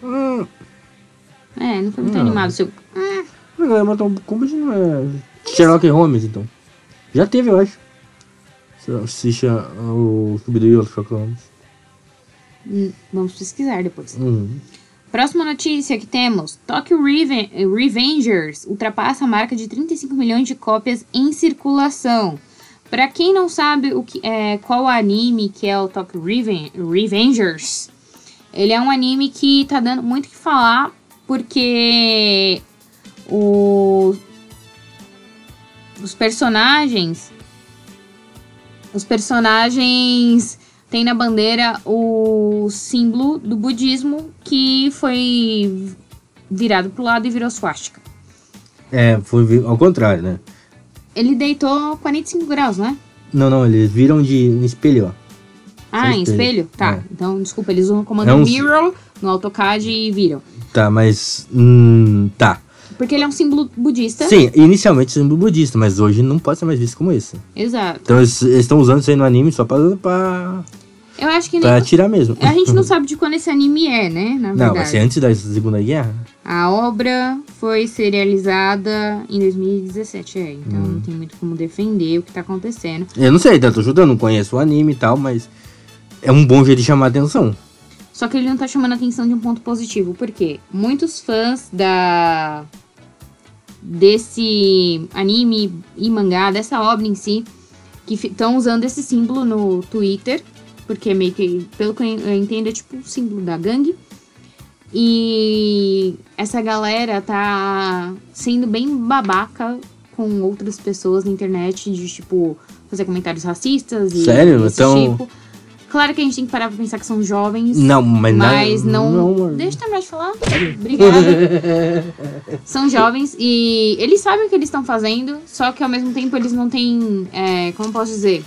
Speaker 3: Hum,
Speaker 2: É, não foi muito
Speaker 3: Não.
Speaker 2: animado. Seu... Ah,
Speaker 3: mas Mortal Kombat não é Sherlock Holmes, então. Já teve, eu acho. Salsicha, o Scooby-Doo e o Sherlock Holmes.
Speaker 2: hum, vamos pesquisar depois.
Speaker 3: Hum.
Speaker 2: Próxima notícia que temos: Tokyo Reven- Revengers ultrapassa a marca de 35 milhões de cópias em circulação. Pra quem não sabe o que é, qual anime que é o Tokyo Reven- Revengers, ele é um anime que tá dando muito o que falar porque o- os personagens os personagens tem na bandeira o símbolo do budismo que foi virado pro lado e virou swastika.
Speaker 3: É, foi vi- ao contrário, né?
Speaker 2: Ele deitou 45 graus, né?
Speaker 3: Não, não, eles viram de um espelho, ó.
Speaker 2: Ah, em
Speaker 3: espelho.
Speaker 2: espelho? Tá.
Speaker 3: É.
Speaker 2: Então, desculpa, eles usam o comando
Speaker 3: É um-
Speaker 2: Mirror no AutoCAD e viram.
Speaker 3: Tá, mas. Hum, tá.
Speaker 2: Porque ele é um símbolo budista.
Speaker 3: Sim, inicialmente símbolo budista, mas hoje não pode ser mais visto como isso.
Speaker 2: Exato.
Speaker 3: Então eles eles estão usando isso aí no anime só pra, pra,
Speaker 2: Eu acho que nem.
Speaker 3: pra tirar mesmo.
Speaker 2: A gente não sabe de quando esse anime é, né? Na verdade.
Speaker 3: Tá. Não, vai ser antes da Segunda Guerra.
Speaker 2: A obra foi serializada em 2017, é. Então
Speaker 3: Hum.
Speaker 2: não tem muito como defender o que tá acontecendo.
Speaker 3: Eu não sei, tá, tô chutando, não conheço o anime e tal, mas é um bom jeito de chamar a atenção.
Speaker 2: Só que ele não tá chamando a atenção de um ponto positivo, porque muitos fãs da desse anime e mangá, dessa obra em si, que estão usando esse símbolo no Twitter, porque é meio que, pelo que eu en- eu entendo, é tipo o símbolo da gangue. E essa galera tá sendo bem babaca com outras pessoas na internet de tipo fazer comentários racistas e
Speaker 3: Sério?
Speaker 2: desse
Speaker 3: Então-
Speaker 2: tipo. Claro que a gente tem que parar pra pensar que são jovens.
Speaker 3: Não, mas, na-
Speaker 2: Mas não.
Speaker 3: mano.
Speaker 2: Deixa eu terminar de falar. Obrigada. São jovens e eles sabem o que eles estão fazendo, só que ao mesmo tempo eles não têm. é, como posso dizer?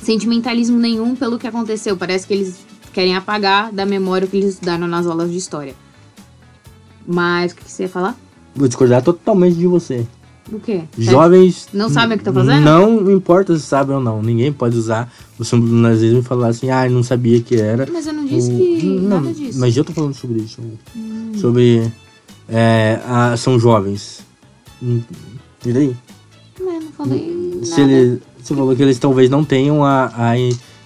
Speaker 2: Sentimentalismo nenhum pelo que aconteceu. Parece que eles querem apagar da memória o que eles estudaram nas aulas de história. Mas o que que você ia falar?
Speaker 3: Vou discordar totalmente de você.
Speaker 2: O quê?
Speaker 3: Jovens.
Speaker 2: É. Não sabem o que tá fazendo?
Speaker 3: Não importa se sabem ou não. Ninguém pode usar o símbolo do nazismo e falar assim, ah, eu não sabia que era.
Speaker 2: Mas eu não disse
Speaker 3: O-
Speaker 2: que
Speaker 3: não,
Speaker 2: nada disso. Hum.
Speaker 3: Mas eu tô falando sobre isso. Sobre. É, a- são jovens. Hum, E daí?
Speaker 2: Não, eu não falei nada.
Speaker 3: Se ele, você falou que eles talvez não tenham a, a,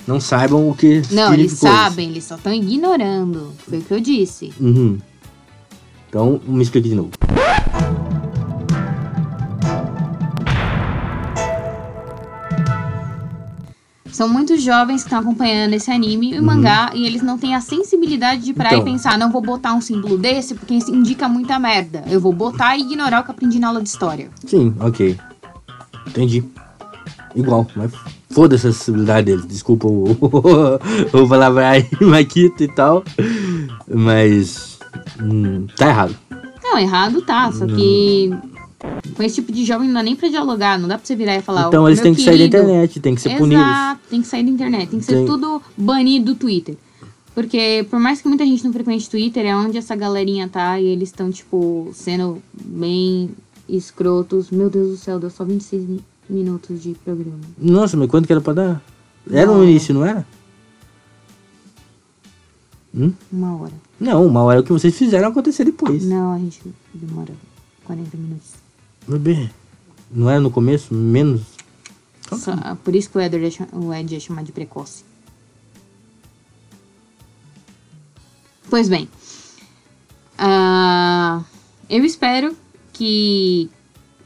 Speaker 3: não saibam o que
Speaker 2: Não, eles
Speaker 3: significou isso.
Speaker 2: sabem, eles só estão ignorando. Foi o que eu disse.
Speaker 3: Uhum. Então, me explique de novo.
Speaker 2: São muitos jovens que estão acompanhando esse anime e mangá e eles não têm a sensibilidade de parar
Speaker 3: Uhum. Então.
Speaker 2: e pensar, não vou botar um símbolo desse porque isso indica muita merda. Eu vou botar e ignorar o que aprendi na aula de história.
Speaker 3: Sim, ok. Entendi. Igual, mas foda-se a sensibilidade dele. Desculpa o, o palavra maquito e tal. Mas. hum, tá errado.
Speaker 2: Não, errado tá, só que com esse tipo de jovem não dá nem pra dialogar, não dá pra você virar e falar.
Speaker 3: então
Speaker 2: "Ô,
Speaker 3: eles
Speaker 2: meu
Speaker 3: têm que sair da
Speaker 2: querido,
Speaker 3: internet, têm que ser
Speaker 2: Exato,
Speaker 3: punidos.
Speaker 2: tem que sair da internet, tem que ser
Speaker 3: Tem.
Speaker 2: tudo banido do Twitter. Porque por mais que muita gente não frequente Twitter, é onde essa galerinha tá e eles estão, tipo, sendo bem escrotos. Meu Deus do céu, deu só 26 mi- minutos de programa.
Speaker 3: Nossa, mas quanto que era pra dar? Era
Speaker 2: Não.
Speaker 3: no início, não era?
Speaker 2: Uma hora.
Speaker 3: Não, uma hora é o que vocês fizeram acontecer depois.
Speaker 2: Não, a gente demora 40 minutos.
Speaker 3: Bebê. Não era no começo? Menos? Então tá.
Speaker 2: Só- por isso que o, Edward é cha- o Ed é chamado de precoce. Pois bem. Ah, eu espero que.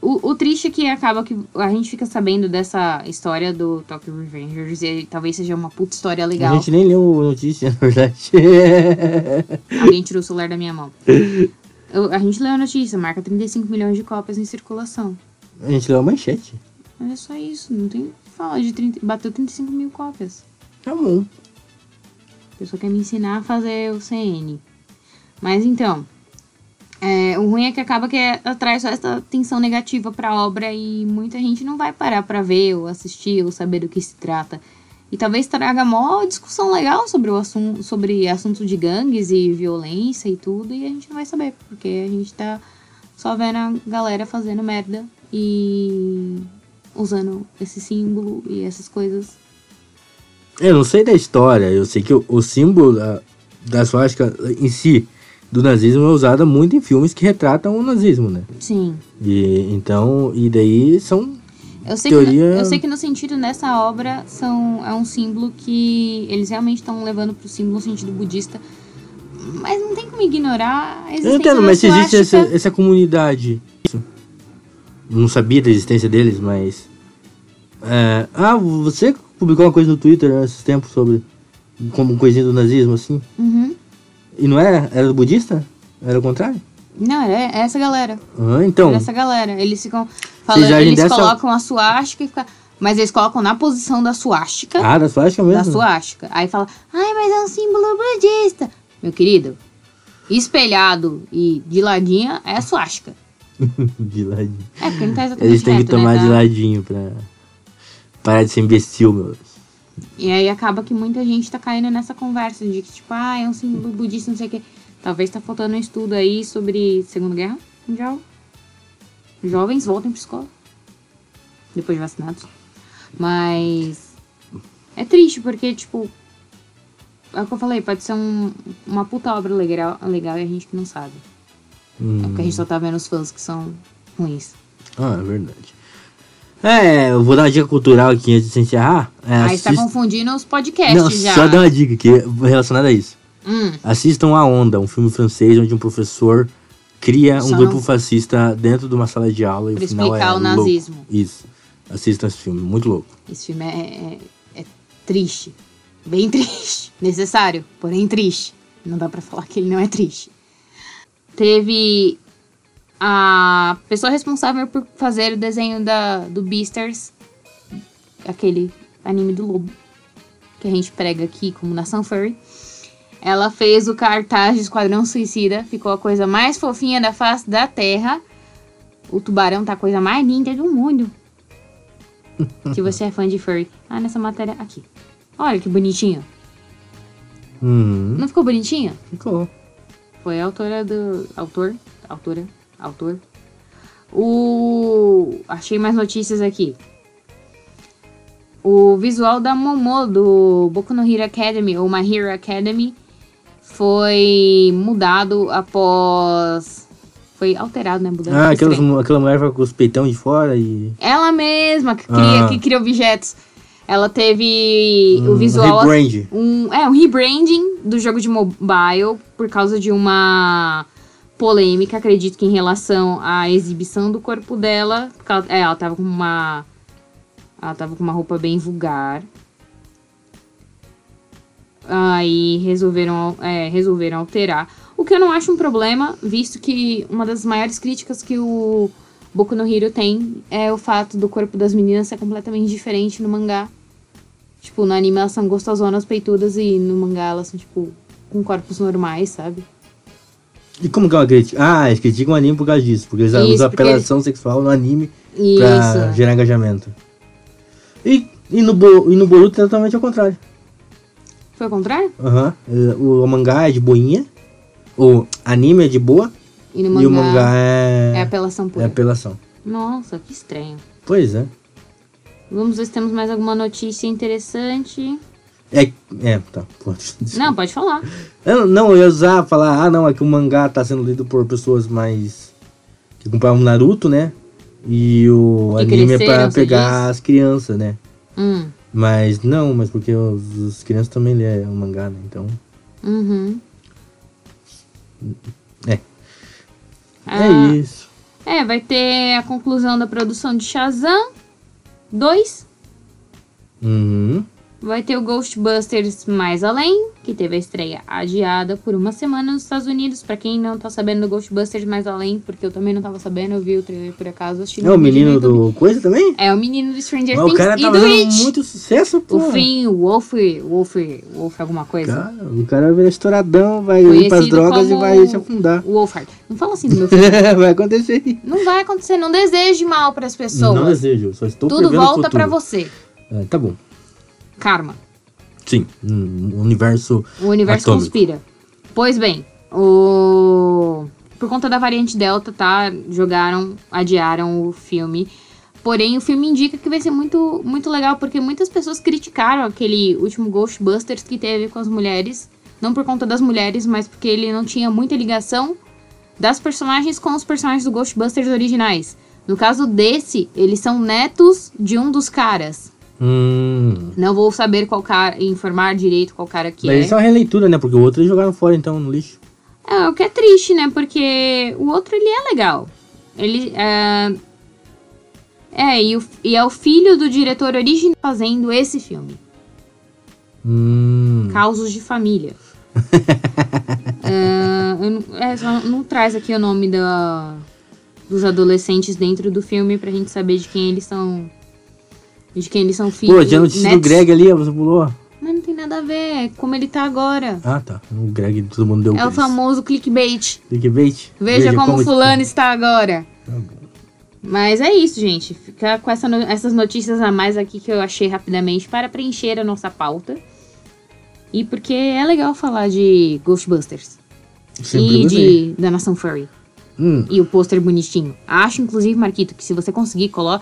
Speaker 2: O, o triste é que acaba que a gente fica sabendo dessa história do Tokyo Revengers e talvez seja uma puta história legal.
Speaker 3: A gente nem leu a notícia, na verdade.
Speaker 2: Alguém tirou o celular da minha mão. Eu- a gente leu a notícia, marca 35 milhões de cópias em circulação.
Speaker 3: a gente leu a manchete.
Speaker 2: Mas é só isso, não tem o que falar de 30, bateu 35 mil cópias.
Speaker 3: Tá bom.
Speaker 2: A pessoa quer me ensinar a fazer o CN. Mas então, é, o ruim é que acaba que é- atrai só essa atenção negativa pra obra e muita gente não vai parar pra ver ou assistir ou saber do que se trata. E talvez traga mó discussão legal sobre o assunto, sobre assunto de gangues e violência e tudo, e a gente não vai saber, porque a gente tá só vendo a galera fazendo merda e usando esse símbolo e essas coisas.
Speaker 3: Eu não sei da história, eu sei que o, o símbolo da, da suástica em si do nazismo é usado muito em filmes que retratam o nazismo, né?
Speaker 2: Sim.
Speaker 3: E então, e daí são
Speaker 2: Eu sei,
Speaker 3: Teoria-
Speaker 2: que, no- eu sei que no sentido dessa obra são, é um símbolo que eles realmente estão levando pro símbolo no sentido budista. Mas não tem como ignorar a existência
Speaker 3: Eu entendo,
Speaker 2: da
Speaker 3: mas se existe essa,
Speaker 2: suástica.
Speaker 3: essa comunidade. Isso. Não sabia da existência deles, mas. é, ah, você publicou uma coisa no Twitter né, esses tempos sobre. Como coisinha do nazismo, assim.
Speaker 2: Uhum.
Speaker 3: E não era? Era do budista? Era o contrário?
Speaker 2: Não, é, é essa galera.
Speaker 3: Ah,
Speaker 2: É
Speaker 3: então.
Speaker 2: essa galera. Eles ficam falando,
Speaker 3: agem
Speaker 2: eles
Speaker 3: dessa-
Speaker 2: colocam a suástica e fica... Mas eles colocam na posição da suástica.
Speaker 3: Ah, da suástica
Speaker 2: da
Speaker 3: mesmo?
Speaker 2: suástica. Aí fala, ai, mas é um símbolo budista. Meu querido, espelhado e de ladinha é suástica.
Speaker 3: De ladinho.
Speaker 2: É, porque não tá exatamente
Speaker 3: Eles têm que
Speaker 2: reto, né,
Speaker 3: tomar
Speaker 2: tá?
Speaker 3: de ladinho pra parar de ser imbecil, meu. Deus.
Speaker 2: E aí acaba que muita gente tá caindo nessa conversa de que, tipo, ah, é um símbolo budista, não sei o quê. Talvez tá faltando um estudo aí sobre Segunda Guerra Mundial. Jovens voltem pra escola. Depois de vacinados. Mas. É triste, porque, tipo. É o que eu falei, pode ser um- uma puta obra legal, legal e a gente que não sabe.
Speaker 3: Hum.
Speaker 2: É porque a gente só tá vendo os fãs que são ruins.
Speaker 3: Ah, é verdade. É, eu vou dar uma dica cultural aqui antes de se encerrar. É,
Speaker 2: aí você tá
Speaker 3: assist-
Speaker 2: confundindo os podcasts
Speaker 3: Não,
Speaker 2: já.
Speaker 3: só dar uma dica aqui relacionada a isso.
Speaker 2: Hum.
Speaker 3: Assistam A Onda, um filme francês onde um professor cria um
Speaker 2: Só
Speaker 3: grupo
Speaker 2: não-
Speaker 3: fascista dentro de uma sala de aula e
Speaker 2: Pra
Speaker 3: o final é
Speaker 2: explicar o
Speaker 3: louco.
Speaker 2: nazismo.
Speaker 3: Isso. Assistam esse filme, muito louco.
Speaker 2: Esse filme é, é- é triste. Bem triste. Necessário, porém triste. Não dá pra falar que ele não é triste. Teve a pessoa responsável por fazer o desenho da, do Beasters, aquele anime do lobo, que a gente prega aqui como Nação Furry. Ela fez o cartaz de Esquadrão Suicida, ficou a coisa mais fofinha da face da Terra. O tubarão tá a coisa mais linda do mundo. Se você é fã de furry. Ah, nessa matéria aqui. Olha que bonitinho.
Speaker 3: Hum,
Speaker 2: Não ficou bonitinho?
Speaker 3: ficou.
Speaker 2: Foi a autora do. Autor? Autora? Autor? O. Achei mais notícias aqui. O visual da Momo do Boku no Hero Academy, ou My Hero Academy, foi mudado após. Foi alterado, né? Mudando
Speaker 3: Ah,
Speaker 2: foi
Speaker 3: aquelas,
Speaker 2: estranho.
Speaker 3: mu- aquela mulher vai com os peitão de fora e.
Speaker 2: Ela mesma que cria,
Speaker 3: Ah.
Speaker 2: que cria objetos. Ela teve o
Speaker 3: Um
Speaker 2: visual.
Speaker 3: rebrand.
Speaker 2: Um, é, um rebranding do jogo de mobile por causa de uma polêmica, acredito que em relação à exibição do corpo dela. porque Ela, é, ela tava com uma. Ela tava com uma roupa bem vulgar. Aí resolveram, é, resolveram alterar. O que eu não acho um problema, visto que uma das maiores críticas que o Boku no Hero tem é o fato do corpo das meninas ser completamente diferente no mangá. Tipo, no anime elas são gostosonas, peitudas e no mangá elas são, tipo, com corpos normais, sabe?
Speaker 3: E como que é uma crítica? Ah, eles criticam o anime por causa disso, porque eles
Speaker 2: Isso,
Speaker 3: usam
Speaker 2: porque
Speaker 3: apelação sexual no anime
Speaker 2: Isso.
Speaker 3: pra gerar engajamento. E, e, no, Bo- e no Boruto é totalmente ao contrário.
Speaker 2: Foi o contrário?
Speaker 3: Aham. É, O, o mangá é de boinha, o anime é de boa,
Speaker 2: E no
Speaker 3: e o mangá
Speaker 2: é
Speaker 3: é,
Speaker 2: apelação
Speaker 3: é
Speaker 2: pura.
Speaker 3: apelação.
Speaker 2: Nossa, que estranho.
Speaker 3: Pois é.
Speaker 2: Vamos ver se temos mais alguma notícia interessante.
Speaker 3: É, é tá. Pô, desculpa.
Speaker 2: Não, pode falar.
Speaker 3: Eu, não, eu ia usar, falar, ah, não, é que o mangá tá sendo lido por pessoas mais. que compravam Naruto, né? E o
Speaker 2: Que
Speaker 3: anime é pra
Speaker 2: cresceram, você
Speaker 3: pegar
Speaker 2: diz?
Speaker 3: as crianças, né?
Speaker 2: Hum,
Speaker 3: Mas não, mas porque os, os crianças também lê o mangá, né? Então.
Speaker 2: uhum.
Speaker 3: É.
Speaker 2: Ah,
Speaker 3: É isso.
Speaker 2: É, vai ter a conclusão da produção de Shazam 2.
Speaker 3: Uhum.
Speaker 2: Vai ter o Ghostbusters Mais Além, que teve a estreia adiada por uma semana nos Estados Unidos. Pra quem não tá sabendo do Ghostbusters Mais Além, porque eu também não tava sabendo, eu vi o trailer por acaso. assisti
Speaker 3: É o
Speaker 2: no um vídeo no
Speaker 3: menino
Speaker 2: YouTube.
Speaker 3: do coisa também?
Speaker 2: É o menino do Stranger
Speaker 3: Mas o
Speaker 2: Things
Speaker 3: cara
Speaker 2: e
Speaker 3: tá
Speaker 2: do
Speaker 3: fazendo
Speaker 2: It.
Speaker 3: muito sucesso, pô.
Speaker 2: O Finn, o Wolf, Wolf, Wolf alguma coisa.
Speaker 3: Cara, o cara vai virar estouradão, vai ir pras
Speaker 2: Conhecido
Speaker 3: drogas
Speaker 2: como-
Speaker 3: e vai se afundar.
Speaker 2: O Wolfhard. Não fala assim do meu filho.
Speaker 3: vai acontecer. isso.
Speaker 2: Não vai acontecer, não deseje mal pras
Speaker 3: Não
Speaker 2: pessoas.
Speaker 3: desejo, só estou
Speaker 2: Tudo
Speaker 3: prevendo o
Speaker 2: volta
Speaker 3: futuro.
Speaker 2: pra você.
Speaker 3: É, tá bom.
Speaker 2: Karma.
Speaker 3: Sim, um universo
Speaker 2: O universo
Speaker 3: Atômico.
Speaker 2: conspira. Pois bem, o... por conta da variante Delta, tá? Jogaram, adiaram o filme. Porém, o filme indica que vai ser muito, muito legal, porque muitas pessoas criticaram aquele último Ghostbusters que teve com as mulheres. Não por conta das mulheres, mas porque ele não tinha muita ligação das personagens com os personagens do Ghostbusters originais. No caso desse, eles são netos de um dos caras.
Speaker 3: Hum.
Speaker 2: Não vou saber qual cara, informar direito qual cara que
Speaker 3: Mas
Speaker 2: é.
Speaker 3: isso é uma releitura, né? Porque o outro eles jogaram fora, então, no lixo.
Speaker 2: É, o que é triste, né? Porque o outro ele é legal. Ele é. É, e, o- e é o filho do diretor original fazendo esse filme.
Speaker 3: Hum.
Speaker 2: Causos de Família. é, eu não, é, só não traz aqui o nome da, dos adolescentes dentro do filme pra gente saber de quem eles são. De quem eles são filhos.
Speaker 3: Pô, tinha notícia do
Speaker 2: netos.
Speaker 3: Greg ali, você pulou.
Speaker 2: Mas não tem nada a ver, é como ele tá agora.
Speaker 3: Ah, tá. O Greg, todo mundo deu
Speaker 2: É o
Speaker 3: preço.
Speaker 2: famoso clickbait.
Speaker 3: Clickbait.
Speaker 2: Veja, como, fulano está agora.
Speaker 3: Tá bom.
Speaker 2: Mas é isso, gente. Fica com essa no- essas notícias a mais aqui que eu achei rapidamente para preencher a nossa pauta. E porque é legal falar de Ghostbusters.
Speaker 3: Sempre
Speaker 2: e
Speaker 3: gostei.
Speaker 2: de, da Nação Furry.
Speaker 3: Hum.
Speaker 2: E o pôster bonitinho. Acho, inclusive, Marquito, que se você conseguir, colo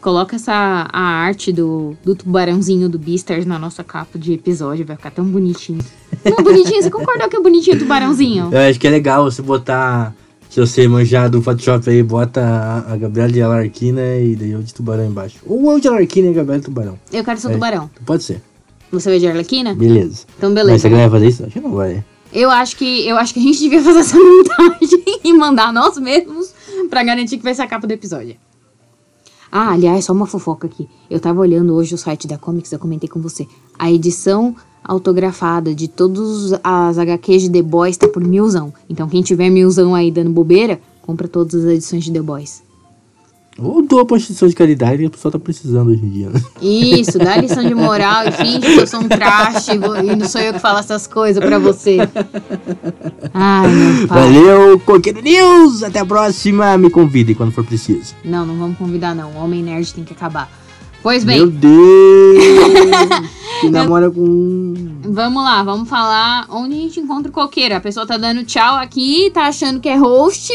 Speaker 2: coloca essa a arte do, do tubarãozinho do Beastars na nossa capa de episódio. Vai ficar tão bonitinho. Não, é bonitinho? Você concordou que é bonitinho o tubarãozinho?
Speaker 3: Eu acho que é legal você botar... Se você manjar do Photoshop aí, bota a, a Gabriela de Alarquina e daí eu de Tubarão embaixo. Ou eu de Alarquina e a Gabriela de Tubarão.
Speaker 2: Eu quero ser o
Speaker 3: É.
Speaker 2: tubarão.
Speaker 3: Pode ser.
Speaker 2: Você vai de Arlequina?
Speaker 3: Beleza.
Speaker 2: Então,
Speaker 3: Mas
Speaker 2: beleza.
Speaker 3: você vai fazer isso? Acho que não vai.
Speaker 2: Eu acho que eu acho que a gente devia fazer essa montagem e mandar nós mesmos pra garantir que vai ser a capa do episódio. Ah, aliás, só uma fofoca aqui. Eu tava olhando hoje o site da Comics, eu comentei com você. A edição autografada de todas as HQs de The Boys tá por milzão. Então quem tiver milzão aí dando bobeira, compra todas as edições de The Boys.
Speaker 3: Ou doa pra instituição de caridade que a pessoa tá precisando hoje em dia, né?
Speaker 2: Isso, dá lição de moral e finge que eu sou um traste e não sou eu que falo essas coisas pra você. Ai, meu pai.
Speaker 3: Valeu, Coqueiro News! Até a próxima! Me convidem quando for preciso.
Speaker 2: Não, não vamos convidar, não. O Homem Nerd tem que acabar. Pois bem,
Speaker 3: Meu Deus! que namora com. um-
Speaker 2: vamos lá, vamos falar onde a gente encontra o coqueiro. A pessoa tá dando tchau aqui, tá achando que é host,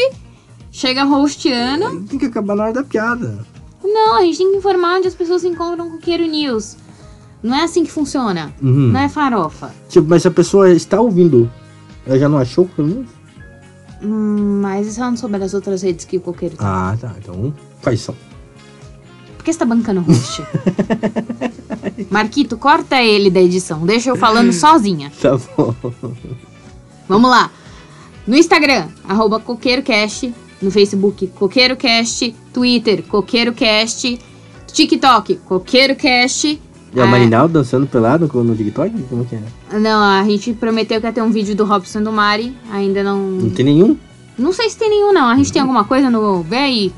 Speaker 2: chega hosteando.
Speaker 3: Tem que acabar na hora da piada.
Speaker 2: Não, a gente tem que informar onde as pessoas encontram o coqueiro news. Não é assim que funciona.
Speaker 3: Uhum.
Speaker 2: Não é farofa.
Speaker 3: Tipo, mas se a pessoa está ouvindo, ela já não achou pelo menos?
Speaker 2: Hum, mas e se ela não souber das outras redes que o coqueiro tem?
Speaker 3: Ah, tá. Então, quais são?
Speaker 2: que você tá bancando o host? Marquito, corta ele da edição. Deixa eu falando sozinha.
Speaker 3: Tá bom.
Speaker 2: Vamos lá. No Instagram, arroba CoqueiroCast. No Facebook, CoqueiroCast. Twitter, CoqueiroCast. TikTok, CoqueiroCast.
Speaker 3: E a Marinaldo dançando pelado com- no TikTok? Como que é?
Speaker 2: Ah, Não, a gente prometeu que ia ter um vídeo do Robson do Mari. Ainda não.
Speaker 3: Não tem nenhum?
Speaker 2: Não sei se tem nenhum, não. A gente tem alguma coisa no. Vê aí.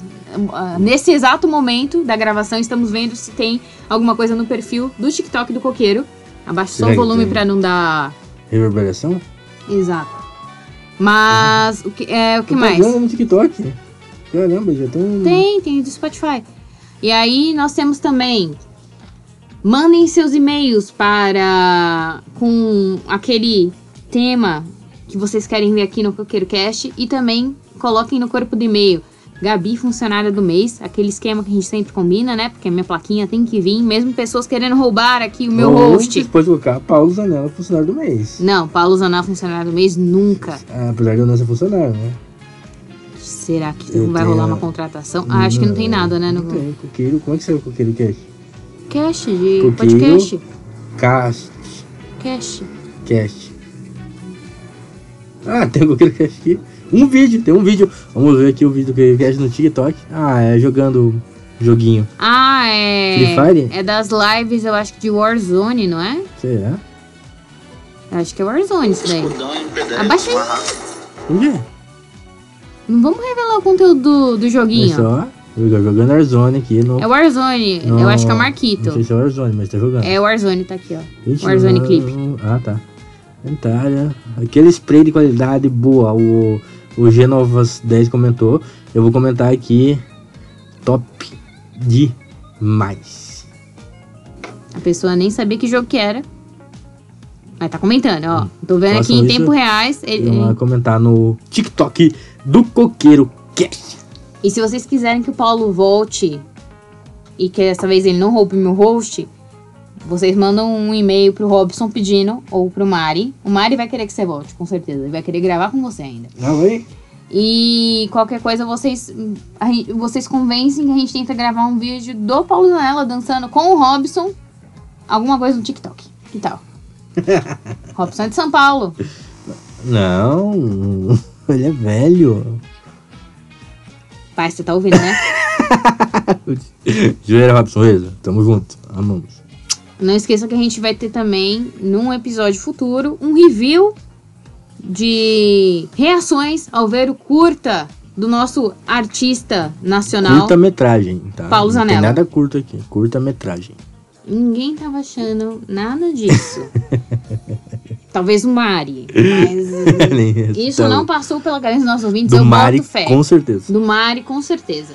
Speaker 2: Ah, Nesse exato momento da gravação, estamos vendo se tem alguma coisa no perfil do TikTok do Coqueiro. Abaixa só
Speaker 3: Será
Speaker 2: o
Speaker 3: que
Speaker 2: volume
Speaker 3: tem?
Speaker 2: pra não dar.
Speaker 3: Reverberação?
Speaker 2: Exato. Mas. O que, é, o que
Speaker 3: Tá
Speaker 2: mais?
Speaker 3: jogando no TikTok. Caramba, já um tão...
Speaker 2: Tem, tem do Spotify. E aí nós temos também. Mandem seus e-mails para com aquele tema que vocês querem ver aqui no Coqueiro Cast e também coloquem no corpo do e-mail. Gabi, funcionária do mês, aquele esquema que a gente sempre combina, né? Porque a minha plaquinha tem que vir, mesmo pessoas querendo roubar aqui o meu
Speaker 3: Ou
Speaker 2: host.
Speaker 3: Depois colocar Paulo Zanella, funcionário do mês.
Speaker 2: Não, Paulo Zanal, funcionária do mês, nunca.
Speaker 3: Ah, apesar de eu não ser funcionário, né?
Speaker 2: Será que
Speaker 3: Eu
Speaker 2: vai
Speaker 3: tenho-
Speaker 2: rolar uma contratação? Ah, acho que não tem nada, né?
Speaker 3: Não
Speaker 2: No
Speaker 3: tem. Coqueiro, como é que saiu o Coqueiro Cash?
Speaker 2: cast de
Speaker 3: Coqueiro.
Speaker 2: podcast.
Speaker 3: Cast.
Speaker 2: Cast.
Speaker 3: Cast. Ah, tem o Coqueiro Cash aqui. Um vídeo, tem um vídeo. Vamos ver aqui o vídeo do Coqueiro Cash no TikTok. Ah, é jogando joguinho.
Speaker 2: Ah, é.
Speaker 3: Free Fire?
Speaker 2: É das lives, eu acho que de Warzone, não é?
Speaker 3: Será?
Speaker 2: Eu acho que é Warzone isso daí. Abaixa aí.
Speaker 3: Onde é?
Speaker 2: Não vamos revelar o conteúdo do, do
Speaker 3: Olha
Speaker 2: joguinho.
Speaker 3: só. eu tô Jogando Warzone aqui no.
Speaker 2: É Warzone.
Speaker 3: no-
Speaker 2: Eu acho que é o
Speaker 3: Não sei
Speaker 2: Marquito.
Speaker 3: se é Warzone, mas tá jogando.
Speaker 2: É Warzone, tá aqui, ó.
Speaker 3: Ixi,
Speaker 2: Warzone
Speaker 3: não.
Speaker 2: Clip.
Speaker 3: Ah, tá. Entalha. Aquele spray de qualidade boa. O, o Genovas 10 comentou. Eu vou comentar aqui. Top demais.
Speaker 2: A pessoa nem sabia que jogo que era. Mas tá comentando, ó. Tô vendo aqui
Speaker 3: Façam
Speaker 2: em
Speaker 3: isso.
Speaker 2: tempo reais. Ele,
Speaker 3: Vamos lá comentar no TikTok do Coqueiro Cast.
Speaker 2: E se vocês quiserem que o Paulo volte e que dessa vez ele não roube meu host, vocês mandam um e-mail pro Robson pedindo ou pro Mari. O Mari vai querer que você volte, com certeza. Ele vai querer gravar com você ainda.
Speaker 3: Não, hein?
Speaker 2: E qualquer coisa vocês a gente- vocês convencem que a gente tenta gravar um vídeo do Paulo Zanella dançando com o Robson alguma coisa no TikTok. Que tal? Robson é de São Paulo.
Speaker 3: Não. Ele é velho.
Speaker 2: Pai, você tá ouvindo, né?
Speaker 3: Joelho Robson Reza, tamo junto. Amamos.
Speaker 2: Não esqueça que a gente vai ter também, num episódio futuro, um review de reações ao ver o curta do nosso artista nacional.
Speaker 3: Curta-metragem, tá?
Speaker 2: Paulo
Speaker 3: Não tem
Speaker 2: Zanella.
Speaker 3: nada curto aqui. Curta-metragem.
Speaker 2: Ninguém tava achando nada disso. Talvez o Mari, mas isso não passou pela cabeça dos nossos ouvintes, eu
Speaker 3: Então, do Mari,
Speaker 2: boto fé.
Speaker 3: com certeza.
Speaker 2: Do Mari, com certeza.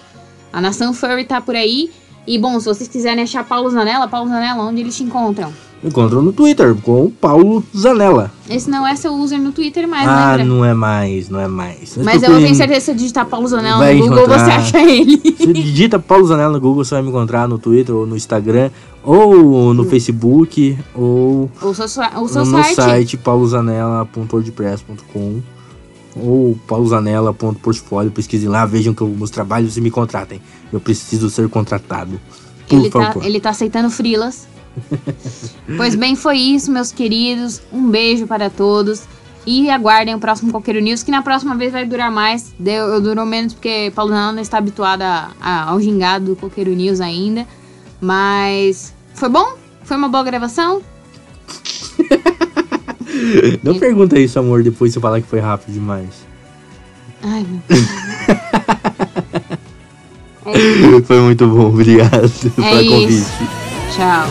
Speaker 2: A Nação Furry tá por aí. E, bom, se vocês quiserem achar Paulo Zanella, Paulo Zanella, onde eles te encontram?
Speaker 3: Encontram no Twitter com o Paulo Zanella.
Speaker 2: Esse não é seu user no Twitter mais,
Speaker 3: ah,
Speaker 2: lembra?
Speaker 3: não é mais, não é mais.
Speaker 2: Mas eu
Speaker 3: procurem-
Speaker 2: tenho certeza que se eu digitar Paulo Zanella
Speaker 3: Vai
Speaker 2: no Google,
Speaker 3: encontrar.
Speaker 2: você acha ele.
Speaker 3: Você digita Paulo Zanella no Google, você vai me encontrar no Twitter ou no Instagram, ou no Facebook, ou
Speaker 2: O seu, sua- o seu
Speaker 3: no
Speaker 2: site.
Speaker 3: site paulozanella.wordpress.com ou paulozanella.portfólio. Pesquisem lá, vejam que eu- meus trabalhos e me contratem. Eu preciso ser contratado. Por
Speaker 2: Ele tá,
Speaker 3: favor.
Speaker 2: ele tá aceitando frilas. pois bem, foi isso, meus queridos. Um beijo para todos. E aguardem o próximo Coqueiro News, que na próxima vez vai durar mais. Deu, eu durou menos porque Paulo Zanella não está habituada ao gingado do Coqueiro News ainda. Mas foi bom? Foi uma boa gravação?
Speaker 3: Não pergunta isso, amor, depois se eu falar que foi rápido demais.
Speaker 2: Ai, meu
Speaker 3: Foi muito bom, obrigado
Speaker 2: É
Speaker 3: pelo
Speaker 2: isso.
Speaker 3: convite.
Speaker 2: Tchau.